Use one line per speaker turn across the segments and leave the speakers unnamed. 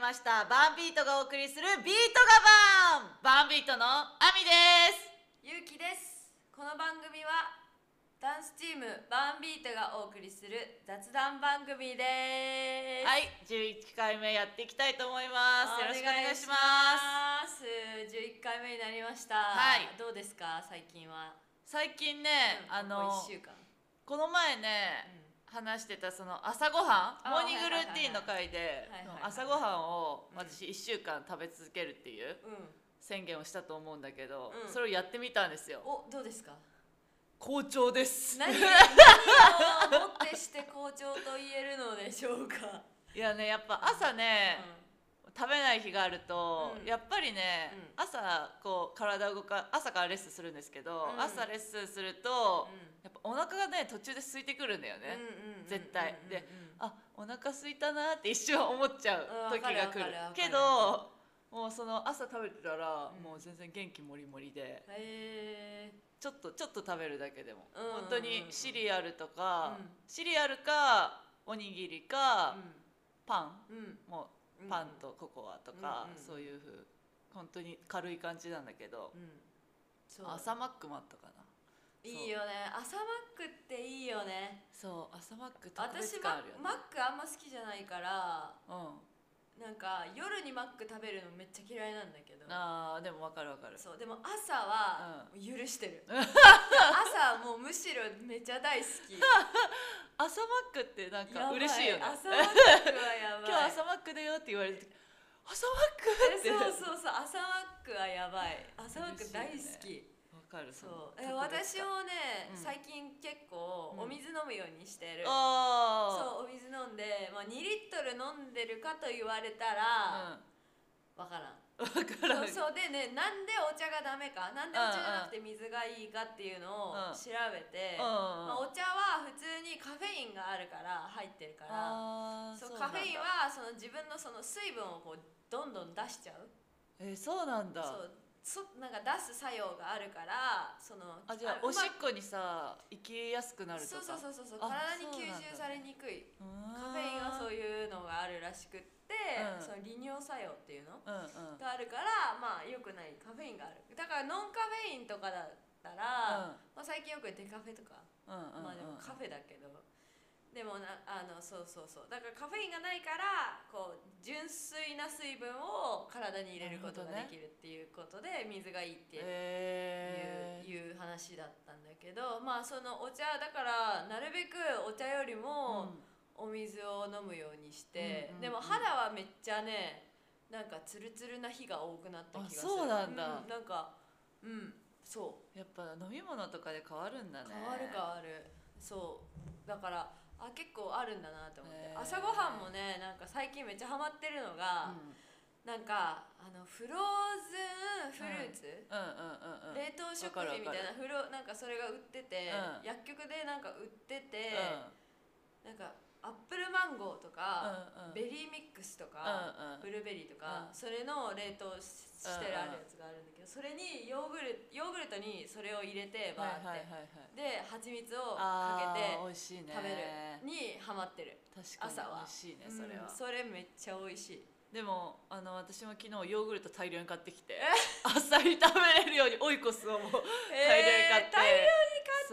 ビートがお送りするビートガバンバンビートのアミです
ゆうきですこの番組はダンスチームバーンビートがお送りする雑談番組です
はい、11回目やっていきたいと思いますよろしくお願いします
す11回目になりました
はい
どうですか最近は
最近ね、あ
うん
の
ここ一週間
この前ね話してたその朝ごはん
あ
モーニングルーティンの回で
はいはいはいはいはいはい
朝ごはんを
うん
私1週間食べ続けるっていう
うん、うん、
宣言をしたと思うんだけど、
うん
それをやってみたんですよ
おどう ですか
好調です
何何をもってして好調と言えるのでしょうか、
いやねやっぱ朝ね、食べない日があると、
うん
やっぱりね、
う
朝こう体を動か朝からレッスンするんですけど、
うん
朝レッスンすると
う、ん
やっぱお腹がね途中で空いてくるんだよね、
うんうんうんうん
絶対で
うん
あお腹空いたなって一瞬思っちゃう
うん
時が来
わか
る
るわかるわかる
けどもうその朝食べてたら、
うん
もう全然元気もりもりで
へえ
ちょっとちょっと食べるだけでも、
うんうんうんうん
本当にシリアルとか、
うん
シリアルかおにぎりか、パン
うんうん
も
う
うんパンとココアとか、
うんうんうん
そういうふう本当に軽い感じなんだけど
う、んそう
朝マックもあったかな
いいよね朝マックっていいよね
そう朝マック特
私
別感あ
マ
るよね
マックあんま好きじゃないから
うん
なんか夜にマック食べるのめっちゃ嫌いなんだけど
あーでもわかるわかる
そうでも朝は許して る、朝はもうむしろめっちゃ大好き
朝マックってなん
や
か
ば
嬉しいよね
朝マックはやば い
今日朝マックだよって言われて朝マックって
えそうそうそう朝マックはやばい朝マック大好き、
わかる
そう
の
え
特別
私
感
もね、
うん
最近結構
うん
お水飲むようにしてる、
あ
そうお水飲んで、まあ、2リットル飲んでるかと言われたら、わからん
あうんわからん
そうそうでねなんでお茶がダメかなんでお茶じゃなくて水がいいかっていうの
うん
を調べて、まあ、
あ
お茶は普通にカフェインがあるから入ってるから
あー
そう
そうな
カ
ん
フ
だ
ェインはその自分のその水分をこうどんどん出しちゃう
えそうなんだ
そうそなんか出す作用があるからその
あじゃあ
う
おし
ま
っこにさ行きやすくなるとか
そうそうそうそうそう
あ
体に
そう
吸
なんだ
収されにくい、
うーん
カフェインはそういうのがあるらしくって、
うん
その利尿作用っていうの
うんうん
があるからまあ良くないカフェインがあるだからノンカフェインとかだったら、まあ、最近よくデカフェとか、
うんうんうんうん
まあでもカフェだけどでもなあのそうそうそうだからカフェインがないからこう純粋な水分を体に入れること
な
が
る
で
ほどね
きるっていうことで、水がいいっていう
えー
いういう話だったんだけどまあそのお茶だからなるべくお茶より
うん
もお水を飲むようにして、
うんうんうん
でも肌はめっちゃねなんかツルツルな日が多くなった気がする
あそうなんだ
なんかうんそう
やっぱ飲み物とかで変わるんだね
変わる変わるそうだからあ結構あるんだなと思って、
へー
朝ごはんもねなんか最近めっちゃハマってるのが、なんかあのフローズンフルーツ、
うんうんうんうんうん
冷凍食品みたいな風呂なんかそれが売ってて、
うん
薬局でなんか売ってて、なんかアップルマンゴーとか、
うんうん
ベリーミックスとか、
うんうん
ブルーベリーとか、
うん
それの冷凍ししてあるやつがあるんだけど、それにヨーグルヨーグルトにそれを入れて
はい
バーって、
はいはいはい
で蜂蜜をか
あ
けて
ー美味しいね
食べるにハマってる、
確かに
朝
美
は
味しいねそれは
うんそれめっちゃ美味しい
でもあの私も昨日ヨーグルト大量に買ってきてあっさり食べれるようにオイコスをもう 大量に買って
え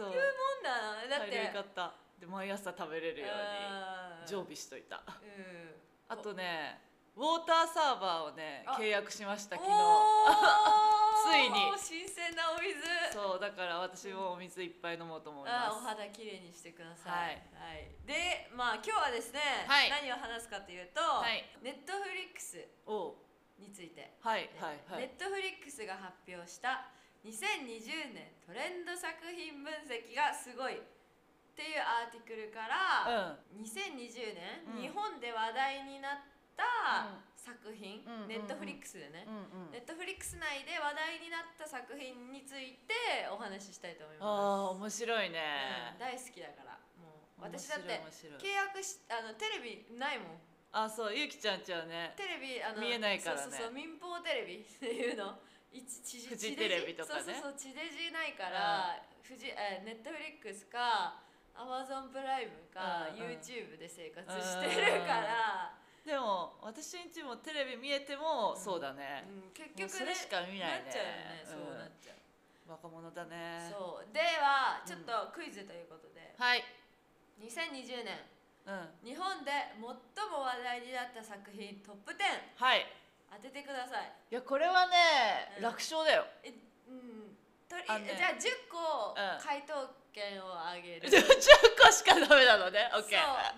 ー
そう
大量に買うんだな
大
だっ
量に
て
買ったで毎朝食べれるよう
うん
に常備しといた
うん
あとねウォーターサーバーをね
あ
契約しました昨日
お
ついに
ー新鮮なお水
そうだから私もお水いっぱい飲もうと思い
あ
ま
ーお
す
肌きれいにしてくださ
はい
い、はいでまあ今日はですね、
はい
何を話すかというと、
い
ネットフリックス
お
について、
はいはいはい
ネットフリックスが発表した2020年トレンド作品分析がすごいっていうアーティクルから、
う
2020年、
ん
日本で話題になった
う
作品、
うんうんうん
ネットフリックスでね、
うんうんうん
ネットフリックス内で話題になった作品についてお話ししたいと思い
あー
ます。
面白いね
うん大好きだからもう私だっ
面
て
白い面白い
契約しあのテレビないもん
あそうゆきちゃんちはね
テレビあの
見えないからね
そうそうそう民放テレビっていうのいちち
フジ
地デ
テレ
ジ
ビとかね
そうそうそう地デジないから、フジえネットフリックスかアマゾンプライムか、
うんうん
YouTube で生活してるから、
でも私んちもテレビ見えても
うん
そうだね、
うん結
もうそ
局
れしか見ないね
なっちゃうよね、そうなっちゃ
う
う
ん若者だね
そうでは
うん
ちょっとクイズということで、
はい
2020年
うん
日本で最も話題になった作品トップ10
はい
当ててください
いやこれはね、
うん
楽勝だよ
えうんとり、
あのね
じゃあ10個
うん
回答権を あげる、
じゃあ10個しかダメなのね
そう
OK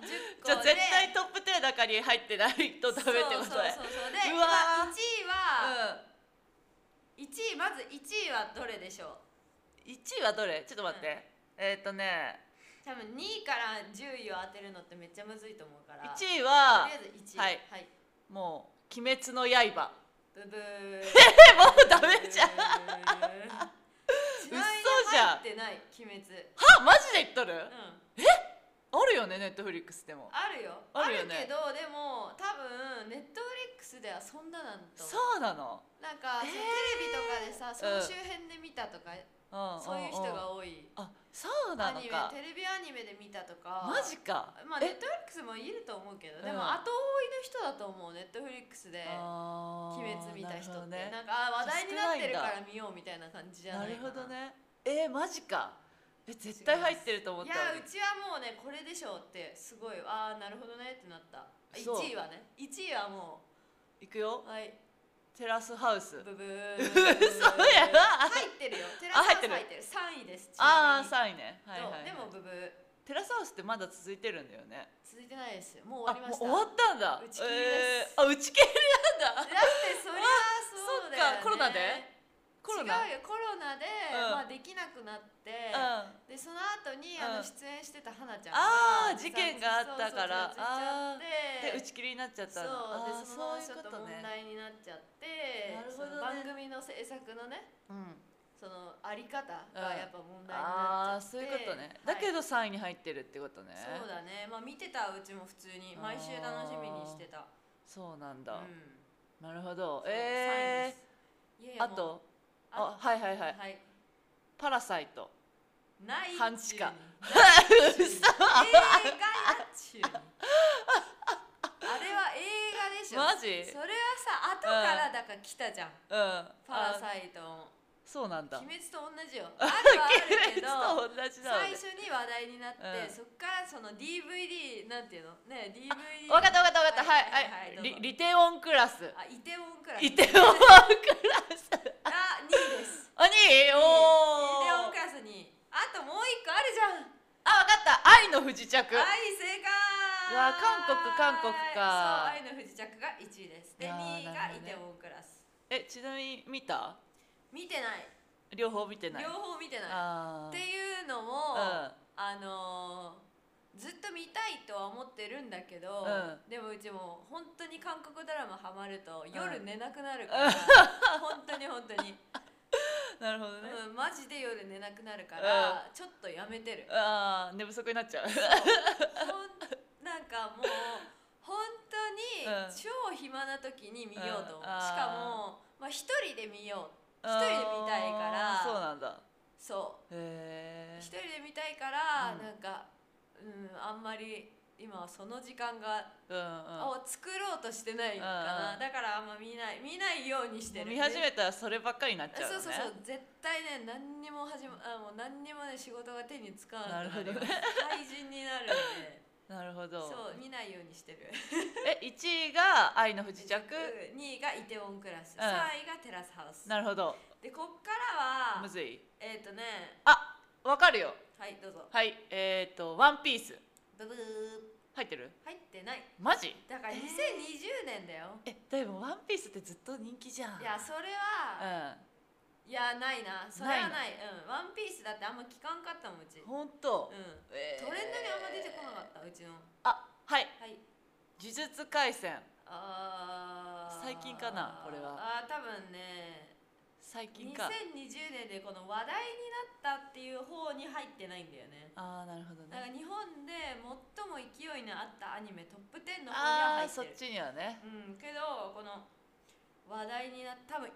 じ
10個
ゃあ絶対
で
トップ10の中に入ってないとダメってことだよ
そうそうそうそうで
うわー
今1位は、一位まず1位はどれでしょ
うん、1位はどれちょっと待って、
う
えーっ、とね
う多分2位から10位を当てるのってめっちゃむずいと思うからとり
1位は
あえず1位
はい
はい、
もう「鬼滅の刃
ブブーえ
もう ダメ じゃん
ちなみに
嘘じゃん
入ってない鬼滅」
はマジで言っとる、
うん
あるよねネットフリックスでも
あるよ
あ
あ
るよ
る,、
ね
けどでも多分ネットフリックスではそんななんと
そうなの、
なんか、
えー
そうテレビとかでさその周辺で見たとか、
うんんん
そういう人が多い
あそうな
ア
の
ニメ
か
テレビアニメで見たとか
マジか
まあネッ
え
トフリックスもいると思うけどで
うん
も後追いの人だと思うネットフリックスで「
鬼
鬼滅」見た人ってな,、
ね
んかあ話題になってる
少
か
ないんだ
ら見ようみたいな感じじゃ
な
ない
る
かな
ほどねえー、マジかえ絶対入ってると思っ
い
た
や
のに
うちはもうねこれでしょうってすごいああなるほどねってなった1
そう
位はね1位はも
いくよ
うはい
テラスハウス
ブ ブー
嘘やろ
入ってるよテラスハウス入ってる3位です
ああ
ちな
3位ねはいはい、
みにそうでもブブー
テラスハウスってまだ続いてるんだよね
続いてないですもう
あ
終
も
わりま
う
した
終わったんだ
打ち切りです
えー、あ打ち切りなんだ
だってそりゃ そうだよ、ね、
そっかコロナでコロナ
違うよコロナで、
うん
まあ、できなくなって、
うんあ
でその後にあ
う
の
ん
出演してた花ちゃん
あー
自殺
事件があったから
そうそう自殺しちゃって
で打ち切りになっちゃった
そ
んだあ
う
ー
でそのままち
そ
ょ
うい
っ
うことと
問
ね
題になっちゃって
なるほ
そ
どね
の番組の制作のね
うん
そのあり方がやっぱ問題に
あ
な
あ
っちゃって、
そういうことねだけ
ど、
ど3位に入ってるってことね、
そうだねまあ見てたうちも普通に毎週楽しみにしてた
そうなん
う
だ、
ん
なるほど
そう
え
三位ですいやい
ー、
や
あ
もう
とあはいはいはい
はい
「パラサイト
ない
半地下
うそ映画やっ ちゅうにあれは映画で」しょ
マ
そ
ジ
れはさ後からだから来たじゃん
うん
「パラ
イ
サイトも」
トそうなんだ
鬼滅と同 じよあるはあるけど
鬼滅と同じなの
最
ね
初に話題になって、
うん
そっからその DVD なんていうのね DVD
わかったわかったわかったは
はいい
は
はいはい
い
どうぞ
リリテオンクラス
あイテウォンクラス
イテオンクラス
あ2位です
あに
イテウォ
お
ン
ー
クラスにあともう一個あるじゃん
あわかった愛の不時着
はい正解
うわ韓国韓国か
そう愛の不時着が1位ですで
いやー
2位
な
が
る
イ
ほどね
テウォンクラス
えちなみに見た
見てない
両方見てない
両方見てない
ああ
っていうの
う
も、
ん
あのーずっと見たいとは思ってるんだけど、
うん
でもうちも本当に韓国ドラマハマると
う
夜
ん
寝なくなるから、本当に本当 に、
なるほどね
うん、マジで夜寝なくなるから、ちょっとやめてる
ああ寝不足になっ ちゃう
ほんなんかもう本当に
うん
超暇な時に見ようと思う、
うんあー
しかも、まあ、一人で見よう一人で見たいから
あーそうなんだ
そう
へえ
一人で見たいから、
うん
なんか、うん、あんまり今はその時間が、
うんうん
を作ろうとしてないか
うん
な、
うん
だからあんま見ない見ないようにしてる
見始めたらそればっかりになっちゃう
そ
の
う
ね
そうそう絶対ね何にも始まあもう何にもね仕事が手につかなくなり
なるほど
ます 廃人になるん で
なるほど
そう見ないようにしてる
え1位が「愛の不時着」
2位がイテウォンクラス、
うん
3位がテラスハウス
なるほど
でこっから
む
は
ずい
えっ、とね
あわかるよ
はいどうぞ
はいえっ、ー、と「ワンピース
ブブー
入ってる
入ってない
マジ
だから2020年だよ、
えでも「ワンピースってずっと人気じゃん
いやそれ
う
は、
ん
いやないなそれはないうんワンピースだってあんま聞かんかったもんうち、うん、ト
ほんと、
レ
え
ン
ー
ドにあんま出てこなかったうちの
あはい
はい
「呪術廻戦
あー
最近かなこれは
あー多分ね」
最近か
2020年でこの話題になったっていう方に入ってないんだよね
ああなるほど
だから
ね
日本で最も勢いのあったアニメトップ10の方
あ
には
あーそ
入
っ
ってる
ちにはね
うんけどこの話題になった多分1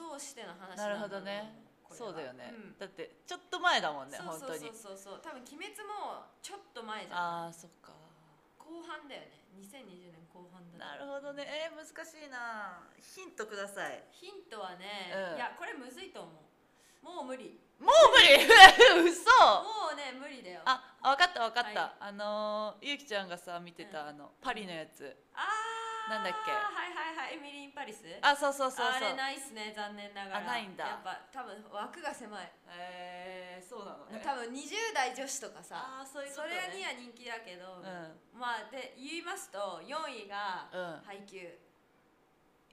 年を通しての話んだ
なるほどね
と思
そう
こ
だ
れ
よ
は
ね、
うん
だってちょっと前だもんね
そう
本当に
そうそうそうそう多分鬼滅もちょっと前じゃん
ああそっか
後半だよね2020年後半だ
なるほどねえー難しいなヒントください
ヒントはね、
うん
いやこれむずいと思うもう無理
もう 無理 嘘
もうね無理だよあ
あ分かった分かった、
はい
あのーゆうきちゃんがさ見てた、
うん
あのパリのやつ
あー
なんだっけ
はいはいはいエミリー・イン・パリス
あそうそうそうそう
あれないっすね残念ながら
あないんだ
やっぱ多分枠が狭い
えー、そうなのね
多分20代女子とかさ
ああーそういうこ
そ
とね
れには人気だけど、
うん
まあで言いますと4位が
うん
配給、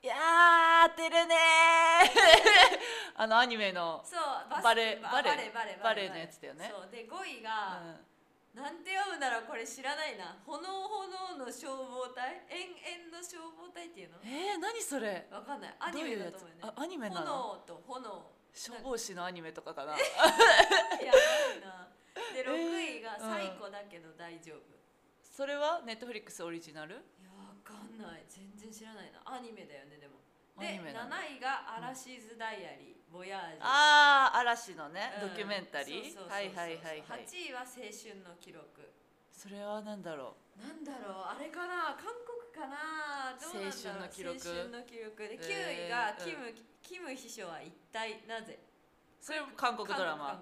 いやー当てるねー あのアニメの
そうバス
バレー
バ
バレー
バレーバレ
バレ
ー
ーのやつだよね
そうで5位
うん
が、なんて読むならこれ知らないな炎炎の消防隊炎炎の消防隊っていうの
えー、何それ
わかんないアニメだと
どうい
思う
うや
よ
つあアニメ
ね
なの
炎と炎
消防士のアニメとかかな
やばいなで
えー
6位が
うん
最古だけど大丈夫、
それはネットフリックスオリジナル
いやわかんない全然知らないなアニメだよねでも
アニメ
で
なの
7位が「アラシーズ・ダイアリー」ボヤージュ」
あー嵐のね、
うん
ドキュメンタリー
そうそうそうそう
はいはいはいはい
8位は「青春の記録」
それは何だろ
なんだろうあれかな韓国かなどうなんだろう
青春の記録
青春の記録で9
えー
位が
うん
キム、キム秘書は一体なぜ
うそれも韓国ドラマ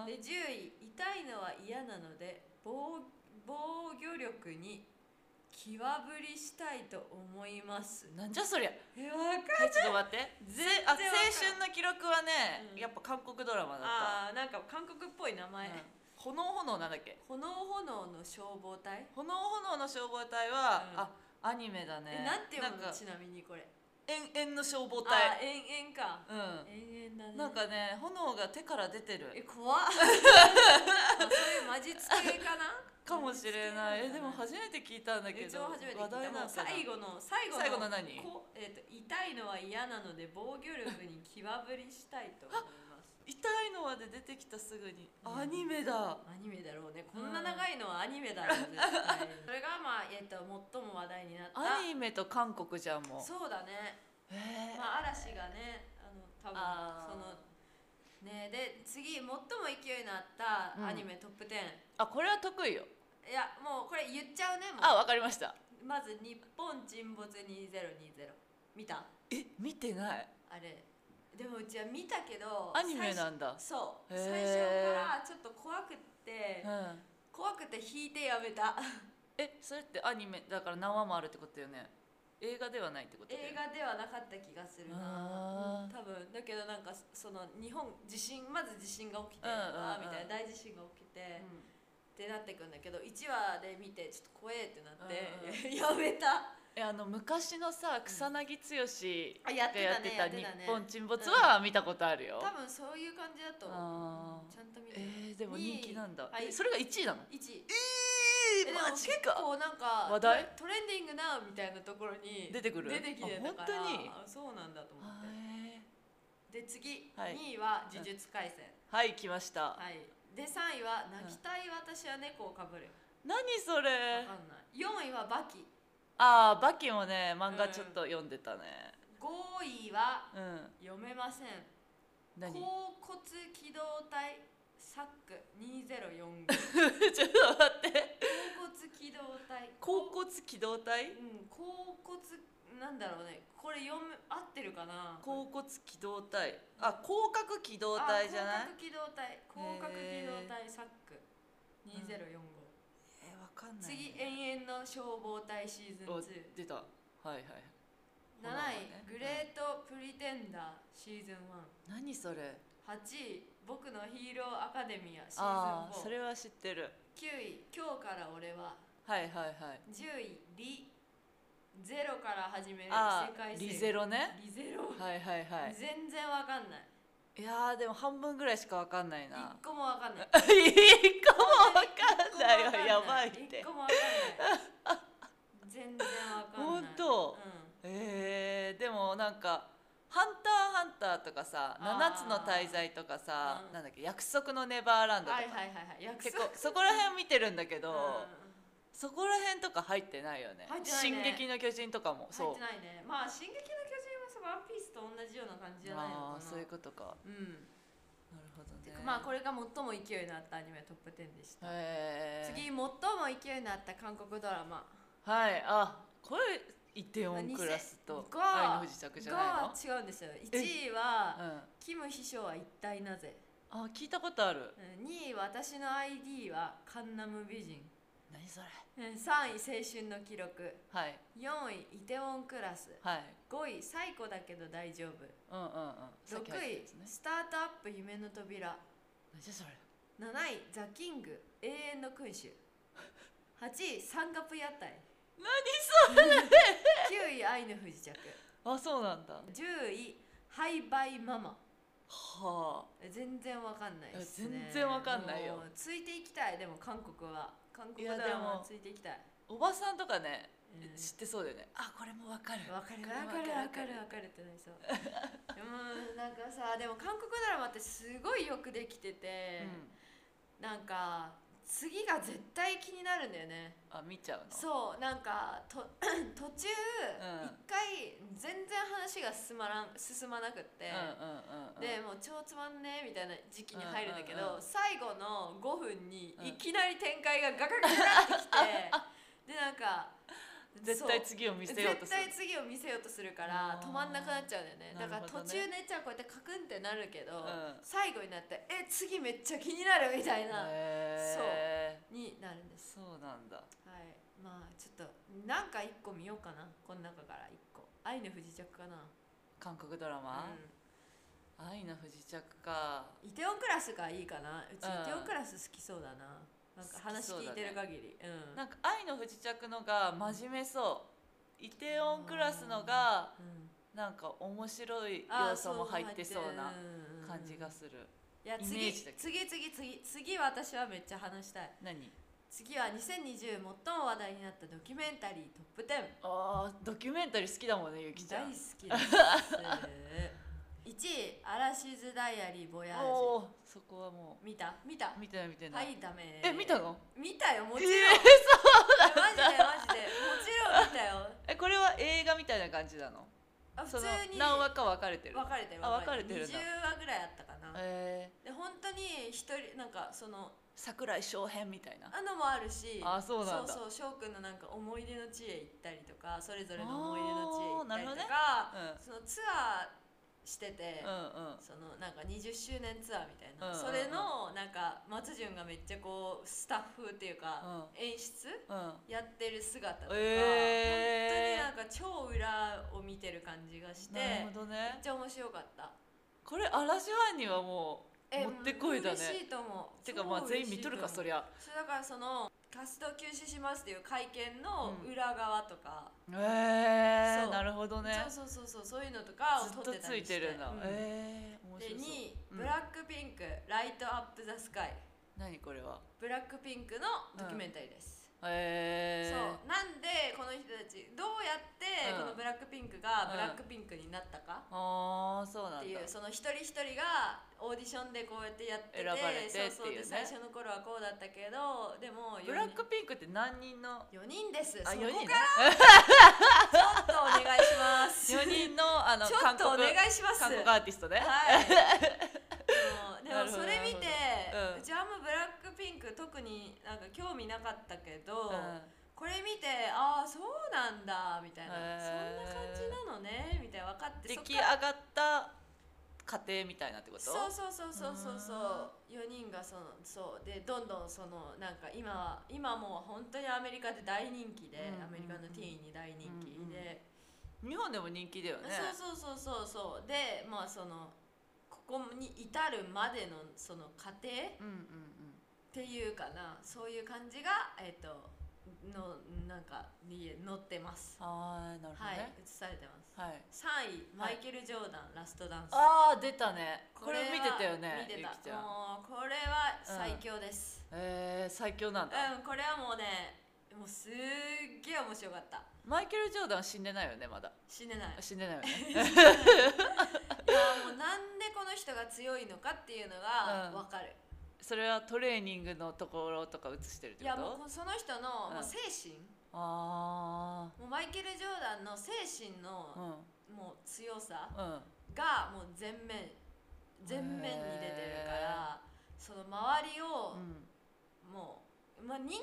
韓国で10位痛いのは嫌なので防防御力に極ぶりしたいと思います
うーんなんじゃそりゃ
えわか
はいちょっと待ってぜあ青
全然わかんない
春の記録はね、
うん
やっぱ韓国ドラマだっ
あーなんか韓国っぽい名
た、
前、
うん炎炎なんだっけ
炎炎の消防隊
炎炎の消防隊は、
うん
あアニメだね
えなんて読む
な
の
んか
ちなみにこれ
円円の消防
あ
隊
えんえんか
う
えんだね
んなんかね炎が手から出て
え
る
怖っあそういう魔術系かな
かもしれないえでも
め
初めて聞いたんだけ
て
ど
うちも初めて聞い
話
た
題なのか
もう
な
最後の最後
最後の
の
何
こえー、と痛いのは嫌なので防御力に極ぶりしたいと思います
痛いのはで出てきたすぐに、
うん
アニメだ
アニメだろうねこんな長いのはアニメだろう絶対それがまあ、えー、と最も話題になった
アニメと韓国じゃんもう
そうだね、
へえ
まあ、嵐がねあの多分
あー
そのねで次最も勢いのあったアニメトップ10、
あこれは得意よ
いやもうこれ言っちゃうねもう
あわかりました
まず日本沈没2020見た
え見てない
あれでもうちは見たけど
アニメ
最初
なんだ
そ
へ
う
ー
最初からちょっと怖くって
うん
怖くて引いてやめ た
えそれってアニメだから何話もあるってことだよね映画ではないってことだよね
映画ではなかった気がする
あー
なうん多分だけどなんかその日本地震まず地震が起きて、
うんうんうん
あーみたいな大地震が起きて、
うん
ってなってくんだけど1話で見てちょっと怖えってなって、
う
やめた
えあの昔のさ草薙剛
あやっ
が
て
や
た
ってた
ねやって
日
たね
本沈没は見たことあるよ、
多分そういう感じだと
あー
思ううんちゃんと見てる
えー、でも人気なんだ、
二位
えそれが1位なの
1位
え
えでも結構なんか
話題
トレンディングなみたいなところに
出てくる
出てきてたから
あ本当に
あそうなんだと思って
はい
で次、
はい
2位は「呪術廻戦
はい来まし」た
はいで3位は「泣きたい私は猫をかぶる」
何それ
わかんない4位は「バキ
ああバキもね漫画ちょっと読んでたね」
5位は
うん、
「読めません」「
何ちょ
甲骨機動隊サック
っ
2045」
と待って
「甲骨機動隊」
甲骨機動隊
うん甲骨なんだろうねこれ読む合ってるかな
甲骨機動隊あ甲殻機動隊じゃない
あ広角機動隊広角機動隊サック2045、
えー、わかんない、
次永遠の消防隊シーズン
お
2
出たはいはい
7
まあまあ
位、
ね
グレートプリテンダーシーズン
何それ
18位僕のヒーローアカデミアシ
あ
ー
あそ
ズン
れは知ってる
49位今日から俺は
はいはいはい
10位リゼロから始める
あ
世界
ー
史
リゼロね
リゼロ
はいはいはい
全然わかんない
いやーでも半分ぐらいしかわかんないな
一個もわかんない
一個 もわかんないよやばいって
一個もわかんない全然わかんない
本当
うん
えー、でもなんか「ハンターハンター」とかさ「七
あ
つ
ー
の大罪」とかさ、
うん
なんだっけ「約束のネバーランド」とか、
はいはいはいはい約
結
束
構そこら辺見てるんだけど、
う
そこら辺とか入ってないよね
入ってないね
進撃の巨人」とかも
ん入
そ
って
う
ないねまあ「進撃の巨人」はさ「ワンピースと同じような感じじゃないの
あ
かな
ーそういうことか
う
な
ん
るほど
て
ね
かままあこれが最も勢いのあったアニメトップ10でした、
へー
次最も勢いのあった韓国ドラマ
はいあこれイテウ
あ
ォン
2000
クラスと
が
愛の不時着じゃ
が
な
違うんですよ1位はい
の
「キム秘書は一体なぜ
うんあ聞いたことある」
うん2位「私の ID はカンナム美人
何それ」
うん3位「青春の記録」
はい
4位「イテウォンクラス
はい」
5位「最古だけど大丈夫」
うんうんうんさっき
6
入った
位
やつね
「スタートアップ夢の扉」
何じゃそれ
7位「ザ・キング永遠の君主」8位「山岳屋台
何」
9位「愛の不時着」
そあそうなんだ
10位「ハイバイママ
は」
全然わかんないですね
全然わかんないよ
もうついていきたいでも韓国は韓国
い
ド
や
ラマ
で
は
も
ついていきたい
あおばさんとかね
うん
知ってそうだよねあこれもわかる
わかる
これ
わかるわかるわかるってなりそうでもなんかさでも韓国ドラマってすごいよくできて
う
て、
ん
なんか次が絶対気になるんだよね
あ見ちゃうの
そうなんかと 途中一、
ん
回全然話が進まらん進まなくって、
うんうんうんうん
でもう超つまんねえみたいな時期に入るんだけ
うんうん
ど、
うん
最後の5分に
うん
いきなり展開がガガガガってきてでなんか
絶対
そう
次を見せようと
絶
する
対次を見せようとするか
あ
ら
ー
止まんなくなっちゃうんだよねだから
なるほ
途
どね
中寝ちゃうこうやってカクンってなるけど、
うん
最後になってえ次めっちゃ気になるみたいな、
へ
になるんです
ーそうなんだ
はいまあちょっとなんか1個見ようかなこの中から1個「愛の不時着」かな、
韓国ドラマ
う
愛の不時着か
ん、イテウォンクラスがいいかなうち、
うん
イテウォンクラス好きそうだななんか話聞いてる限りう,、ん
なんか愛の不時着のが真面目そうイテオンクラスのが
うん
なんか面白い
あー
要素も入ってそうな
うんうん
感じがする
いや
イメ
次
ージだけど
次次次次私はめっちゃ話したい
何
次は2020最も話題になったドキュメンタリートップ10
あードキュメンタリー好きだもんねゆきちゃ
大好
ん
きです1位「アラシズダイアリー・ボヤー
お
ジ
ーそこはも」
見た見た
う見てない見てな、
はいいダメ
え見たの
見たよも
えー、
ちろん、マジでマジでもちろん見たよ
えこれは映画みたいな感じなの
あ普
そ
通
の
に
何話か分かれてる
分かれてる
あ
分かれて
分
る
かれてるんだ
20話ぐらいあったかな
えー、
で本当に一人なんかその
桜井翔編みたいな
あのもあるし
あそうなんだ
そうそう翔くんのなんか思い出の地へ行ったりとかそれぞれの思い出の地へ行ったりと
あーなる
か、
ほどね
そのツアーしてて、
うんうん
そのなんか20周年ツアーみたいな、
うんうんうん
それのなんか松潤がめっちゃこうスタッフっていうか、演出
うん
やってる姿とか、
えー
本当になんか超裏を見てる感じがし
な
て
るほ
め
ど
っ
ね
ちゃ面白かった
これ嵐ファンにはも
え
もってこいだね
嬉しいと思
う
う
てかまあ
超
全
嬉
員
しい
見とる
思
か
う
そりゃ
それだからその活動休止しますっていう会見の裏側とか、
え
そ
ー、
う
なるほどね
そうそうそうそうそういうのとか
ず
を
っと
撮ってた
つ
り
い
して
てるんだ、
うん
えー、面
で
白そう
2位、
うん
ブラックピンクライトアップザスカイ
何これは
ブラックピンクのドキュメンタリーです、
え
そ
ー、
うなんでこの人たちどうやって
うん
このブラックピンクが
うん
ブラックピンクになったか
ああそうなんだ
っていう、その一人一人がオーディションでこうやってやってて
選ばれてっていうね
そうそうで最初の頃はこうだったけどでも
ブラックピンクって何人の
4人です
あ
そ
四
こ
人
からちょっとお願いします。
四人のあの
ちょっ
韓
とお
国
願いします。
韓国アーティストね、
はい。
な る
でもでも
ほど
それ見て
なるほどうん
うちあんまブラックピンク特になんか興味なかったけど、
う
これ見てああそうなんだみたいな、
へー
そんな感じなのねみたいな分かっ
ん、
て
出
そっ
来
か
上
ら
がった過程みたいなってこと
そうそうそうそうそうそう4人がそのそうでどんどんそのなんか今は今もう本当にアメリカで大人気で、
うん
アメリカのティーンに大人気で。
うんうん日本でも人気だよね
そうそうそうそうそうでまあそのここに至るまでのその過程っ
うんうん
ていうかなそういう感じがえっ、とのなんかに載ってます
うんああなるほ
は
ど
い
ね
映されてます
はい、
3位マイケル・ジョーダン、ラストダンス
ああ出たねこれ
は
見てたよね
見て
ゆきち
た
ゃん
もうこれは最強です
えー、最強なんだ、
うん、これはもうねもうすっげえ面白かった
マイケル・ジョーダン死んでないよねまだ
死ねな い
死んでないよね
いやもうなんでこの人が強いのかっていうのが
うん
わかる、
それはトレーニングのところとか映してるって
い
こ
や
と
もうその人の
うん
もう精神、
あ
もうマイケル・ジョーダンの精
あ
神
う
の
ん
もう強さ
うん
がもう全面全面に出てるからまあ、人間的に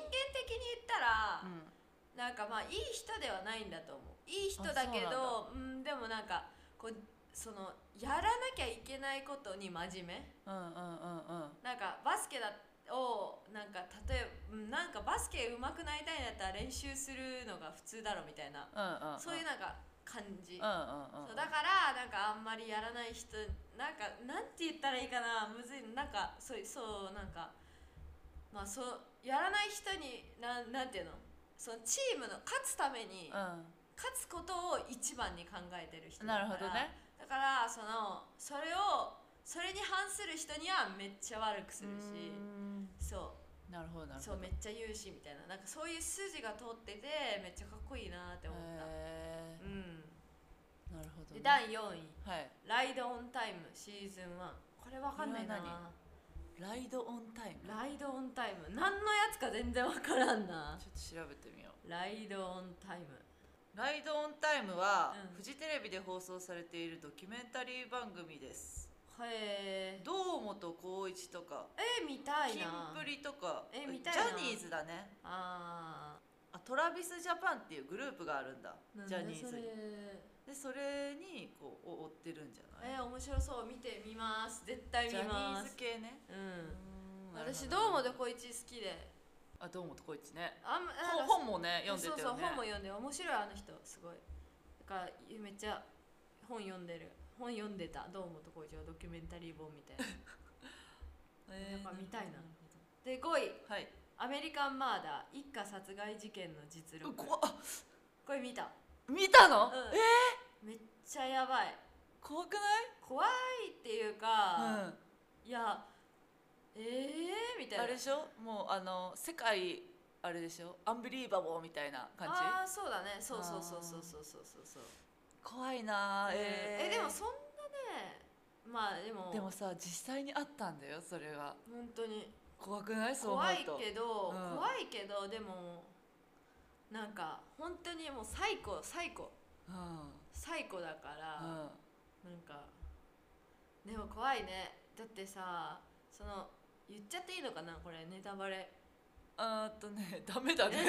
言ったら、
うん
なんかまあいい人ではないんだと思ういい人だけ
あ
どうんでもなんかこうそのやらなきゃいけないことに真面
う
目
んうんうんうん
なんかバスケだをなんか例えばうんなんかバスケ上手くなりたいんだったら練習するのが普通だろみたいな
うんうん
そういうなんか感
う
じ
んうんうん
そうだからなんかあんまりやらない人なんかなんて言ったらいいかなむずいなんかそうそうなんかまあそうやらない人になんなんていうのそのチームの勝つために勝つことを一番に考えて
う
る
ん
人だ
な
か
るほ
ら
どね
だからそのそれをそれに反する人にはめっちゃ悪くするし
うーん
そ
なるほどな
う
る
そ
ほ
う
ど
めっちゃ言うしみたいななんかそういう筋が通っててめっちゃかっこいいなって思っ
へー
た、うん
なるほど
で
ね
第4位
はい
ライドオンタイムシーズン1これわかんないな
これはライドオンタイム
ライドオンタイム何のやつか全然わからんな
ちょっと調べてみよう
ライドオンタイム
ライドオンタイムは、
う
フ
ん
ジテレビで放送されているドキュメンタリー番組です
へえ
堂本光一とか
え見たい
キン
な
プリとか
え
え
見たい
ジ
な
ャニーズだね
あ
あトラビスジャパンっていうグループがあるんだ
ーなん
ジ
だ
ャニー
そ
ズ
れ
にでそれにこうお追ってるんじゃない
えー、面白そう見てみます絶対見
ジャニ
ま
ー
す
ズ系ね
うん
うーん
私
なる
どう
ほ
もでこいち好きで
あ堂本光一ね
あんまなんか
本本もね読んで
そう
た
そう
よね
本も読んで面白いあの人すごいだからめっちゃ本読んでる本読んでたどうもとこいちはドキュメンタリー本みたいな
えー
やっぱ見たいな
るほ
で5位
どはい
アメリカンマーダー一家殺害事件の実
う
力
こあ
これ見た、
見たの、
うん
え
めっちゃやばい
怖く
怖いってい
な
う
い、
か、
うん
いやえー、みたいな
あれでしょもうあの世界あれでしょアンビリーバボーみたいな感じ
ああそうだねそうそうそうそうそうそうそうそう
怖いなあえー
えでもそんなねまあでも
でもさ実際にあったんだよそれは
本当に
怖くないそう思う
怖い
と
けど、
うん
怖いけどでもなんか本当にもう最高最高
うん
最高だから、
うん
なんかでも怖いねだってさその言っちゃっていいのかなこれネタバレ
あーっとね ダメだね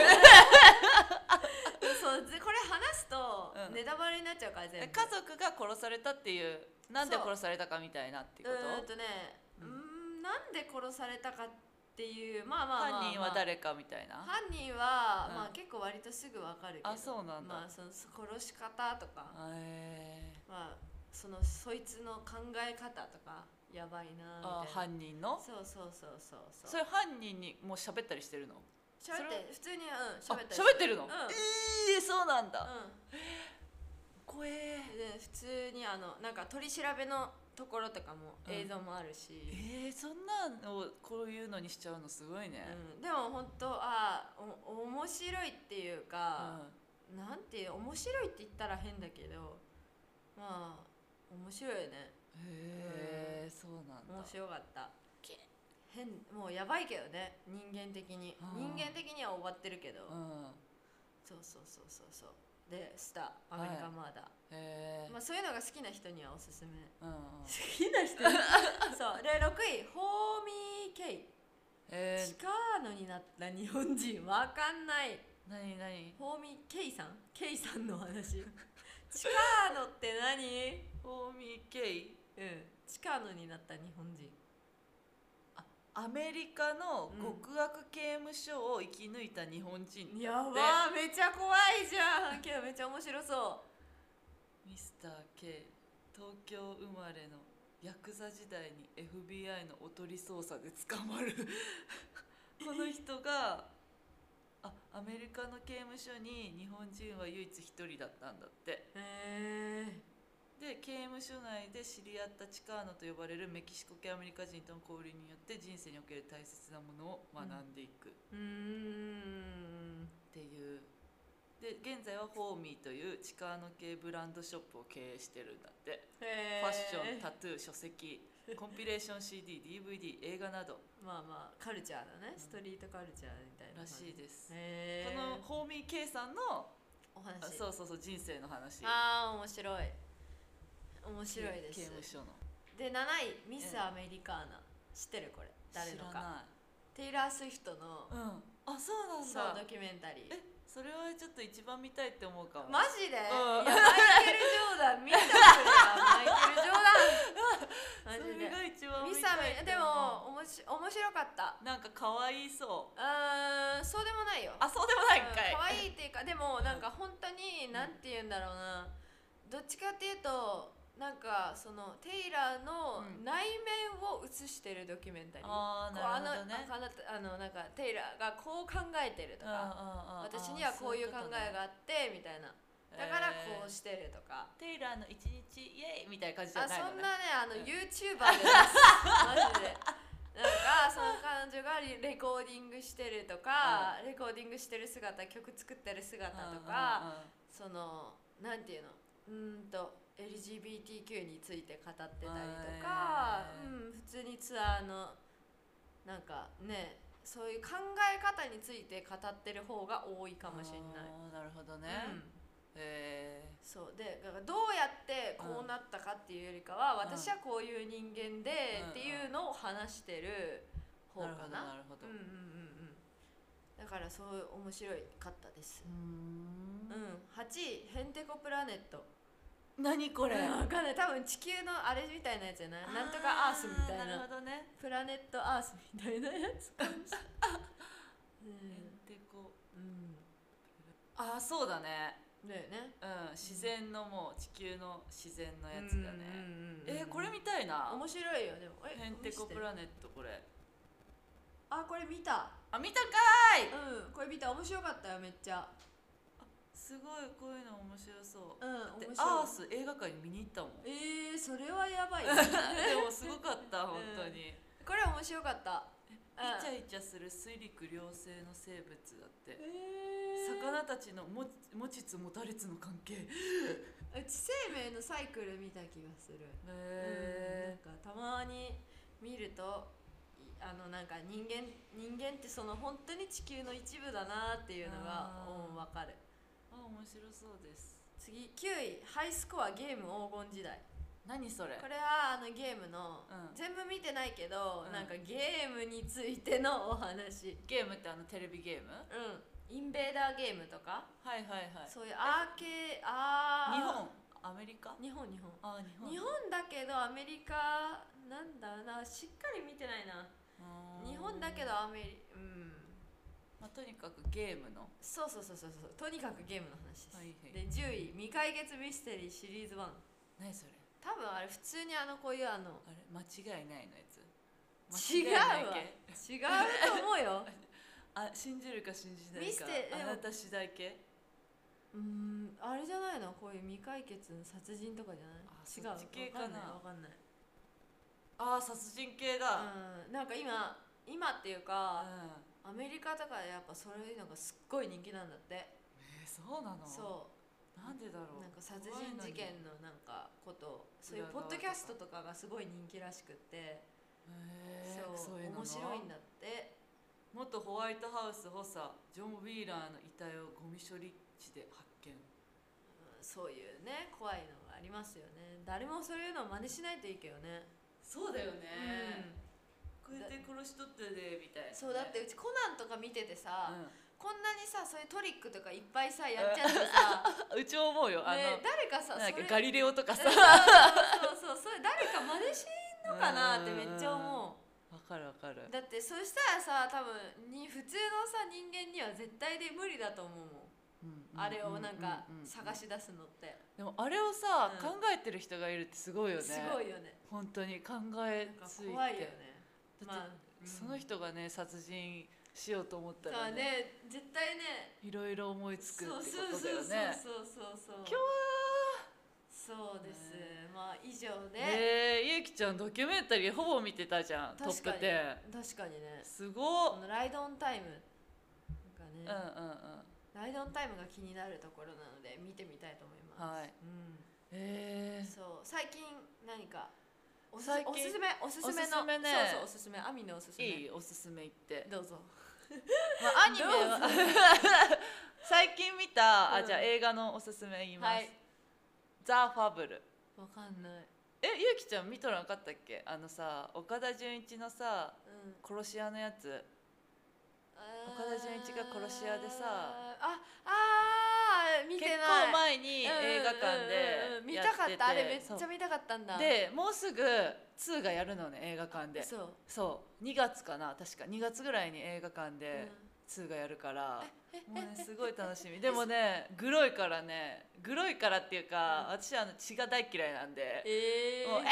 そうぜこれ話すと
うん
ネタバレになっちゃうから全
え
部
家族が殺されたっていうなんで
そう
殺されたかみたいなっていうこ
うーん
と
とねう
うん
ーんなんで殺されたかっていうまあまあまあ、まあ、
犯人は誰かみたいな
犯人は、
うん
まあ結構割とすぐわかるけど
あそうなんだ
まあその殺し方とか、
え
まあそのそいつの考え方とかやばい
ー
な
あー
みたいな
犯人の
そうそうそうそうそう
それ犯人にもう喋ったりしてるの
喋って普通にうん
あ
喋ったり
喋ってるの
うん
ええそうなんだ
う
怖え
んで普通にあのなんか取り調べのところとかも
うん
映像もあるし、
えー、そんなのをこういうのにしちゃうのすごいね
うん。でも本当あーお面白いっていうか、
う
なんていう面白いって言ったら変だけどまあ面白いよね
ん、へえ、そうなんだ。
面白かった
き
変もうやばいけどね人間的に
あー
人間的には終わってるけど
うん、
そうそうそうそうそうでスターアメリカンマーダー、
へえ、
まあ、そういうのが好きな人にはおすすめ
うんうん、
好きな人 そうで6位ホーミー・ケイ
え
近いのになった日本人わかんない
ー、なになに？
ホーミー・ケイさんケイさんの 話近いのって何
ホーミーケイ、
うん近いのになった日本人
アメリカの
うん
極悪刑務所を生き抜いた日本人、
やばーめちゃ怖いじゃんけどめっちゃ面白そう
ミスターケイ、東京生まれのヤクザ時代に FBI のおとり捜査で捕まる この人が。あアメリカの刑務所に日本人は唯一一人だったんだって
へえ
で刑務所内で知り合ったチカーノと呼ばれるメキシコ系アメリカ人との交流によって人生における大切なものを学んでいくっ
うーん
ていう、で現在はホーミーというチカーノ系ブランドショップを経営してるんだって、
へえ
ファッションタトゥー書籍コンピレーション CDDVD 映画など
まあまあカルチャーだ
う
ね
ん
ストリートカルチャーみたい
ら
な
しい
で
です、
へえ
このホーミー K さんの
お
あ
話
そうそうそう人生の話
あー面白い面白いです
刑務所の
で7位ミス・アメリカーナ、知ってるこれ誰の
知
からテイラー・スウィフトの
ない、うん、あそうなん
そう
だ
ドキュメンタリー
えそれはちょっと一番見たいって思うかも、
マジで、
うん
いやマイケル・ジョーダン見てくれよマイケル・ジョーダンマ
そ
ジ
れ
で
が一番
ミ
見
サ
たい
メでもおもし面白かった
なんか可愛いそう
うーんそうでもないよ
あそうでもないん
うん
かい、
可愛いっていうかでもなんか本当に何て言うんだろうなどっちかっていうとなんかそのテイラーの
うん
内面を映してるドキュメンタリー、
あ
こう
あ
あ
な
の
るほどね
あのあのなんかテイラーがこう考えてるとか、
あ
私にはこういう考えがあってみたいなだからこう
し
してるとか、
テイラーの一日イエイみたいな感じじ
あ
ゃないの、ね、
そんなねあの
うん
YouTuber ですマジ でなんかその彼女がリレコーディングしてるとか、レコーディングしてる姿曲作ってる姿とか、そのなんていうのうーんと LGBTQ について語ってたりとか、
う
うん、普通にツアーのなんかねそういう考え方について語ってる方が多いかもしれない。
いなるほどね、
うん
え
そうでだからどうやってこうなったかっていうよりかは、
うん
私はこういう人間でっていうのを話してる
ー、
方
なる
か
ほど
な。
なるほ
う
ど
んうんうんうんだからそう面白いかったです。うん
うーん
8位ヘンテコプラネット。
何こ
こ
れ
わかんない多分地球のあれみたいなやつじゃないなんとかアースみたいな
なるほどね
プラネットアースみたいなやつかもしれない。
へんてこ
うん
あそうだね
うん、だよね。
うん自然のもう地球の自然のやつだね、
うんうんうんうん
えー、これ見たいな
面白いよでも。え
ヘンテコプラネットこれ
あこれ見た。
あ見たかーい
うんこれ見た面白かったよめっちゃ
すごいこういうの面白そう
うん
で
面白い
アース映画館に見に行ったもんで
えー、それはや ばい
もすごかった本当に、
これ面白かった
イチ
うん
ャイチャする水陸両生の生物だって
え
魚たちの持ち持ちつ持たれつの関係へ
ー、うち生命のサイクル見た気がする
え
うん、なんかたまに見るといあのなんか人間人間ってその本当に地球の一部だなっていうのが
あー
うんわかる
あ面白そうです
次9位ハイスコアゲーム黄金時代
何それ
これはあのゲームの、
うん
全部見てないけど、
うん
なんかゲームについてのお話
ゲームってあのテレビゲーム
うんインベーダーゲームとか、
はいはいはい
そういうアーケーあ
日
ー
本アメリカ
日本日本
あ日本
日本だけどアメリカなんだろうなしっかり見てないな
うーん
日本だけどアメリうん
まあ、とにかくゲームの
そうそうそうそうそうとにかくゲームの話です、
はいはい
で10位未解決ミステリーシリーズ1
何それ
多分あれ普通にあのこういうあの
あれ間違いないのやつ
違う
間違い
わ
ない系
違うと思 うよ
あ信じるか信じない
ミス
か
テ
あなた次第系
うーんあれじゃないのこういう未解決の殺人とかじ
あ
ゃない違う
そっち系かな
わかんないわかんない
ああ殺人系だ
うんなんか今今っていう
うん
かアメリカとかやっぱそういうのがすっごい人気なんだって
えーそうなの
そ
なんでだろ
う
う
なんか殺人事件のなんかことそういう
裏
ポ
側
ッドキャストとかがすごい人気らしくって
へー
そう
いうの
面白いん
だ
だって
元ホワイトハウス補佐ジョン・ウィーラーの遺体をゴミ処理地で発見
うんそういうね怖いのがありますよね誰もそういうのを真似しないといいけどね
そうだよね
う
こうやって殺しとったでみたいなん
そうだってうちコナンとか見ててさ、
う
こんなにさそういうトリックとかいっぱいさやっちゃってさ、
んうちも思う よあの
ね、誰かさ
なんだっ
そ
け
れ
ガリレオとかさ
そうそうそうそうそれ誰か真似しんのかなってめっちゃ思う
わかるわかる
だってそしたらさ多分に普通のさ人間には絶対で無理だと思うもん、
うん
あれをなんか
うんうんうん
探し出すのって、
でもあれをさ
う
考
ん
えてる人がいるってすごいよね
すごいよね
本当に考
な
え
んか
ついて
怖いよ
だ
ね
って
まあうん
その人がね殺人しようと思った
だ
ら
から
ね
ね絶対ね
いろいろ思いつくって
そ
こ
う
と
そう
だ
そう
よね
そうそうそう
今日は
そうです、
ね
まあ以上ね、
えー、ゆうきちゃんドキュメンタリーほぼ見てたじゃんトッ
確
プ
かに
10
確かにね
すごっ
このライドオンタイムなんかね、
うんうんうん
ライドオンタイムが気になるところなので見てみたいと思います。
はい
うん、
えー、
そう最近何かおす
最近
おすすめおすすめの
おすすめね
そうそうおすすめアミのおすすめ
いいおすすめ言って、
どうぞ。
まあ、アニメは
どうぞ
最近見た、
う
あ
ん
じゃあ映画のおすすめ言います、
はい
ザ・ファブル
わかんない。
えゆうきちゃん見とらんかったっけあのさ岡田准一のさ
うん。
殺し屋のやつ岡田准一が殺し屋でさ
ああー見て
結構
ない
前に映
うんうんうんうん
画館で
見
や
たか
って
ってたあれめっ
そう
ちゃ見たかったんだ
でもうすぐ2がやるのね映画館で
そう、
そう2月かな確か2月ぐらいに映画館
うん
で2がやるから、もうねすごい楽しみ
え
でもねグロいからねグロいからっていうか、
うん
私はあの血が大嫌いなんで、
えー、
もう「えー、いや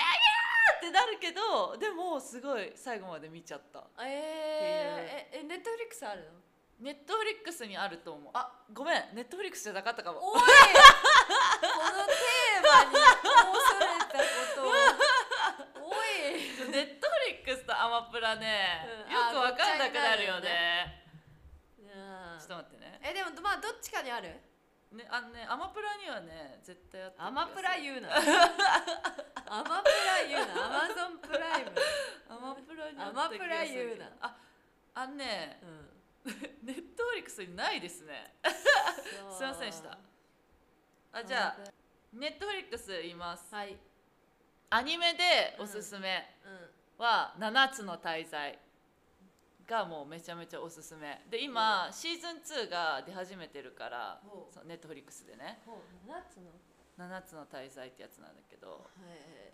ー!」ってなるけどでもすごい最後まで見ちゃった
えー、ええネットフリックスあるの
ネットフリックスにあると思うあごめんネットフリックスじゃなかったかも
おいこのテーマに恐れたことをおい
ネットフリックスとアマプラね、
うん
よくわかんなくなるよね
うん
ちょっと待ってね
えでもまあどっちかにある
ねあのねアマプラにはね絶対あった気がする
アマプラ言うなアマプラ言うなアマゾンプライム
アマプラに
ア
あっ
マ
た気
プ
が
ラ
するけ
言う
ど
な
ああのねネットフリックスにないですね
うん
すいませんでしたあじゃあネットフリックス言います
あはい
アニメでおすすめ
う
は「7つの大罪」がもうめちゃめちゃおすすめで今シーズン2が出始めてるから
んほう
ネットフリックスでね
ほう7つの
「7つの大罪」ってやつなんだけど
へ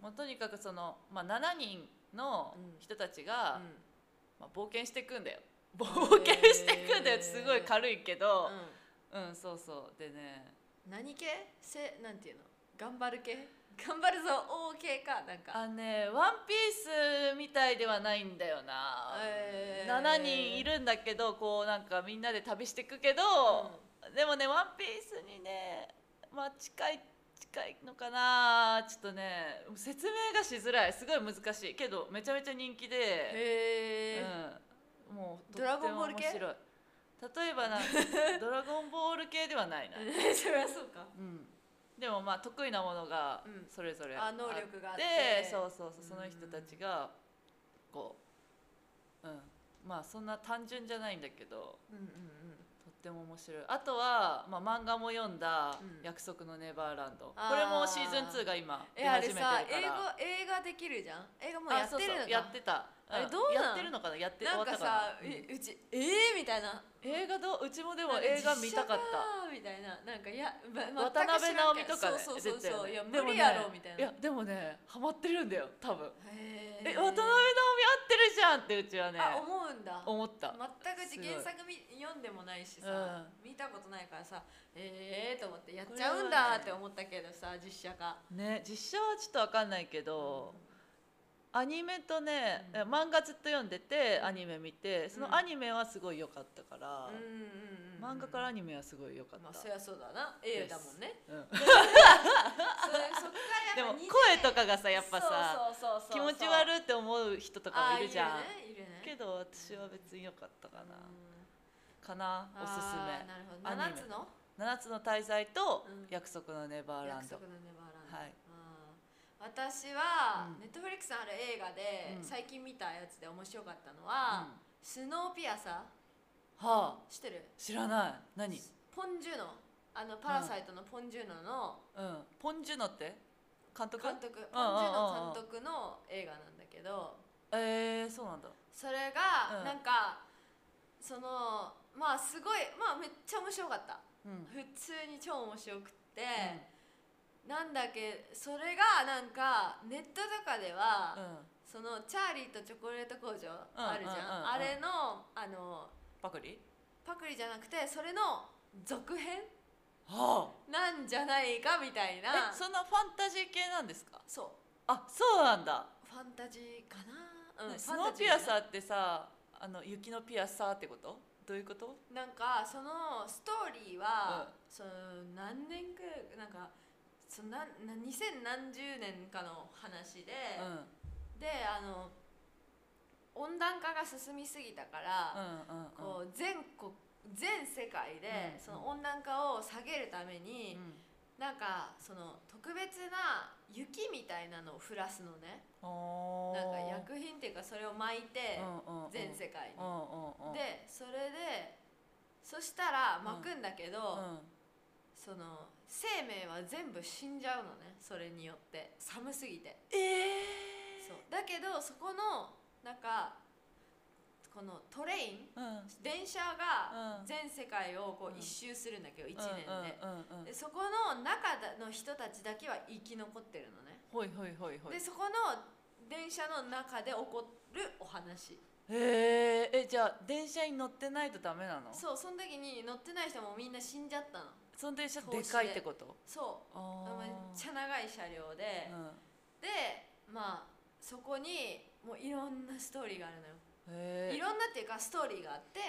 もうとにかくその、まあ、7人の人たちが、
うん
まあ、冒険していくんだよ冒険していくんだよってすごい軽いけど、
う
うんそうそうでね
ん何系せなんていうの頑張る系頑張るぞ O 系かなんか
あのね「ワンピースみたいではないんだよな、
へー
7人いるんだけどこうなんかみんなで旅していくけど、でもね「ワンピースにねまあ近い近いのかなちょっとね説明がしづらいすごい難しいけどめちゃめちゃ人気で
へえ
うん、もう
ドラゴンボール系
とっても面白い例えば なんかドラゴンボール系ではないな、
そりゃそうか
うん、でもまあ得意なものが
うん
それぞれ
あ能力があって
あってそうそうそうその
うん
人たちがこう、うん、まあそんな単純じゃないんだけど
うんうんうん
とっても面白いあとは、まあ、漫画も読んだ
う
「
ん
約束のネバーランド」こ
あー
れもシーズン2が今出
えあれ
始めてる
さ
か
英語
ら
映画できるじゃん映画もうや
あ
っ
そ
て
う
るの
そう
か
やってた
あれ
ん
どうなん
やってるのかなやって
なんか
終わった
さ
かなうん
ううちえーみたいな
映画どううちもでも映画見たかった
たみたいななんかいや、ま、
渡辺直美とかね
そうそうそう
出てた
そ
よ
う、
ねで
いや
もね
無理やろみたい
い
な
やでもねハマってるんだよ多分
へー
え渡辺直美合ってるじゃんってうちはね
あ思うんだ
思った
全くうち
すごい
原作み読んでもないしさ、見たことないからさええー、と思ってやっ
こ
ち
れは
ゃ
ね
うんだって思ったけどさ実写化
ね実写はちょっとわかんないけどアニメとね
うん
え漫画ずっと読んでて
うん
アニメ見てそうの
ん
アニメはすごい良かったか
う
ら
んうんうんうん
漫画からアニメはすごい良かっ
まあ
た
そりゃそうだな映画だもん ね
うん
それそっから
で
やっ
も
ぱ
声
20
とかがさやっぱさ
そうそうそうそう
気持ち悪って思う人とかもいるじゃん
あーいるねいるね
けど私は別に良かったかな
うん
かなおすすめ
あーなるほ
ア
ど
ニメ
7つの
七つの大罪と
うん
約束のネバーラン
約
ド、
束のネバーランド、
はい
うん私は、
うん
ネットフリックスある映画で、
うん
最近見たやつで面白かったの
うん
は
は、
スノーピアサ
あ
ー知ってる
知らない何
ポン・ジュノあのパラサイトのポン・ジュノの
うんポンジュノって監督
監督、
うんう
ポン・ジ
ん
ュ
うんうん
ノ監督の映画なんだけど
えー、そうなんだ
それが、
うん
なんかそのまあすごいまあめっちゃ面白かった
うん、うん
普通に超面白くって、なんだけそれがなんかネットとかでは、
うん、
そのチャーリーとチョコレート工場
うん
あるじゃ
うんうん
ん,、
うん
あれのあの
パクリ
パクリじゃなくてそれの続編
は
なんじゃないかみたい
あ
な
えそんなファンタジー系なんですか
そ
あそうなんだ、
うファンタジーかな、うん、
ね
フ
ス
ァ
ノー
ンタジ
ピア
ー
サーってさあの雪のピアサーってことどういうこと
なんかそのストーリーは、
うん
その何年くらいなんかそのなんな2000何十年かの話で、
うんうん
であの温暖化が進みすぎたか
う
ら、
んうん
こう全国全世界で
うん
その温暖化を下げるために、
うん
なんかその特別な雪みたいなのを降らすのね
おー
なんか薬品っていうかそれを巻いて
うんうん
全世界
う
に。
んうんうん
でそれでそしたら巻くんだけ
う
ど、
ん
その生命は全部死んじゃうのねそれによって寒すぎて。
えー
そうだけどそこのなんかここのトレイン
うんうん
電車が
うん
全世界をこ
うん
う一周するんだけど1年で
うんうんうんうん
でそこの中の人たちだけは生き残ってるのね
ほいほいほいほい
でそこの電車の中で起こるお話
へええじゃあ電車に乗ってないとダメなのそ
そうその時に乗ってない人もみんな死んじゃったの
の電車
投資
で
で
かいってこと
そうめ
あ
っちゃ長い車両
あ
で、
うん
でまあそこにもういろんなストーリーがあるのよ
へえ
いろんなっていうかストーリーがあって、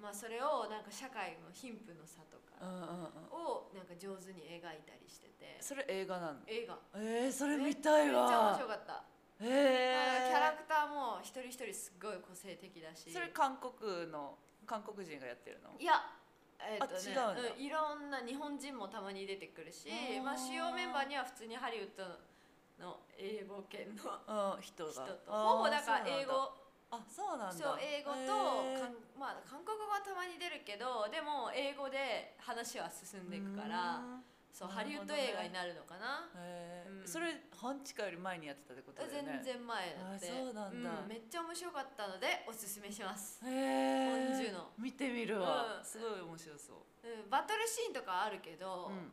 まあ、それをなんか社会の貧富の差と
う
か
んうんうん
をなんか上手に描いたりしてて
それ映画なの
映画
えー、それ見たい
めっちゃ面
わ
白かった、
へ
なんか
え
キャラクターも一人一人すっごい個性的だし
それ韓国の韓国人がやってるの
いやえーとね
あ違うんだ
いろんな日本人もたまに出てくるし
あー
まあ、主要メンバーには普通にハリウッドの英語圏の
うん人が
人と
あー
ほぼだから英
そうなんだ
語
あそうなんだ
そう英語と、
へー
かんまあ、韓国語はたまに出るけどでも英語で話は進んでいくか
うー
ら
ん
そう
な
ハ
る
リウ
ほ
ッ
ど
ド
ね
映画になるのかな、
へー
うん
それ半地下より前にやってたってことだよね
全然前だって
あそうなんだ
めっちゃ面白かったのでおすすめします、
へー
ポンジュの
見てみるわ、
うん
すごい面白そう
うん、バトルシーンとかあるけ
う、
ど
ん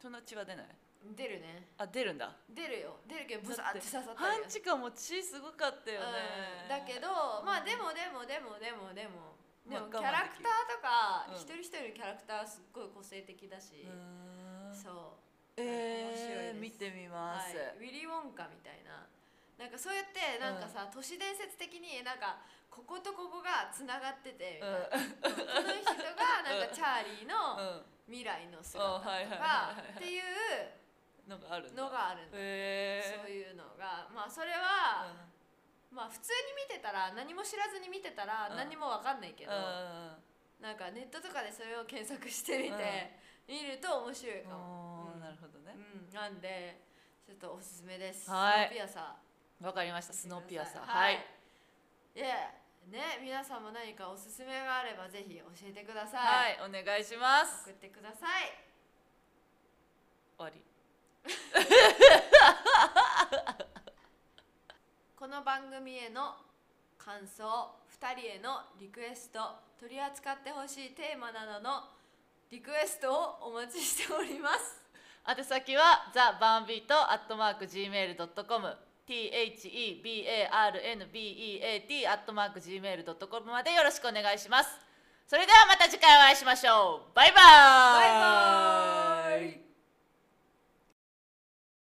そんな血は出ない
出るね
あ出るんだ
出るよ出るけどブサ
だっ
ーってて刺さった
半
り
地下も血すごかったよね、
うん、だけどまあでもでもでもでもでもで
まあ我
も
慢でき
キ
る
ャラクターとか、
うん
一人一人のキャラクターすっごい個性的だし
う、ーん
そう面白
え
いで
ー、
す
見てみま
は
す、
い、ウィリー・ウォンカみたいななんかそうやってなんかさ、都市伝説的になんかこことここがつながっててみ
うん
たいな、この人がなんかチャーリーの
うん
未来の姿
あ
と
はいはいはい
か
はい
っていう
のがあるんだ
のがあるの、
へえー、
そういうのがまあそれは、まあ普通に見てたら何も知らずに見てたら
うん
何もわかんないけ
け
ど、なんかネットとかでそれを検索してみて、見ると面白いかも、うん
なるほどね
うん、なんでちょっとおすすめです
はい
スノーピアサ
わかりました
ー
スノーピアサー
は
はいい、
いえね皆さんも何かおすすめがあればぜひ教えてくださ、
はいいお願いします
送
終
ってください
わり
この番組への感想2人へのリクエスト取り扱ってほしいテーマなどのリクエストをお待ちしております
宛先はザ・バンビートアットマーク Gmail.com THEBARNBEAT アットマーク Gmail.com までよろしくお願いしますそれではまた次回お会いしましょうバイバーイ
バイバーイ